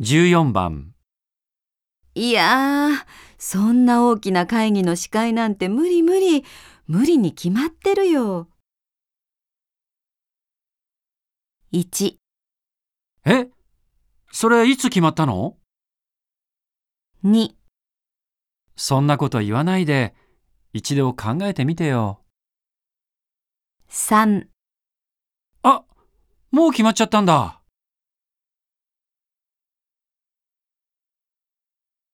14番いやー、そんな大きな会議の司会なんて無理無理、無理に決まってるよ。1、えそれいつ決まったの2、そんなこと言わないで一度考えてみてよ3。あもう決まっちゃったんだ